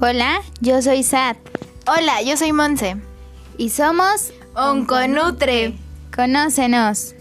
Hola, yo soy Sat Hola, yo soy Monse. y somos Onconutre. Conócenos.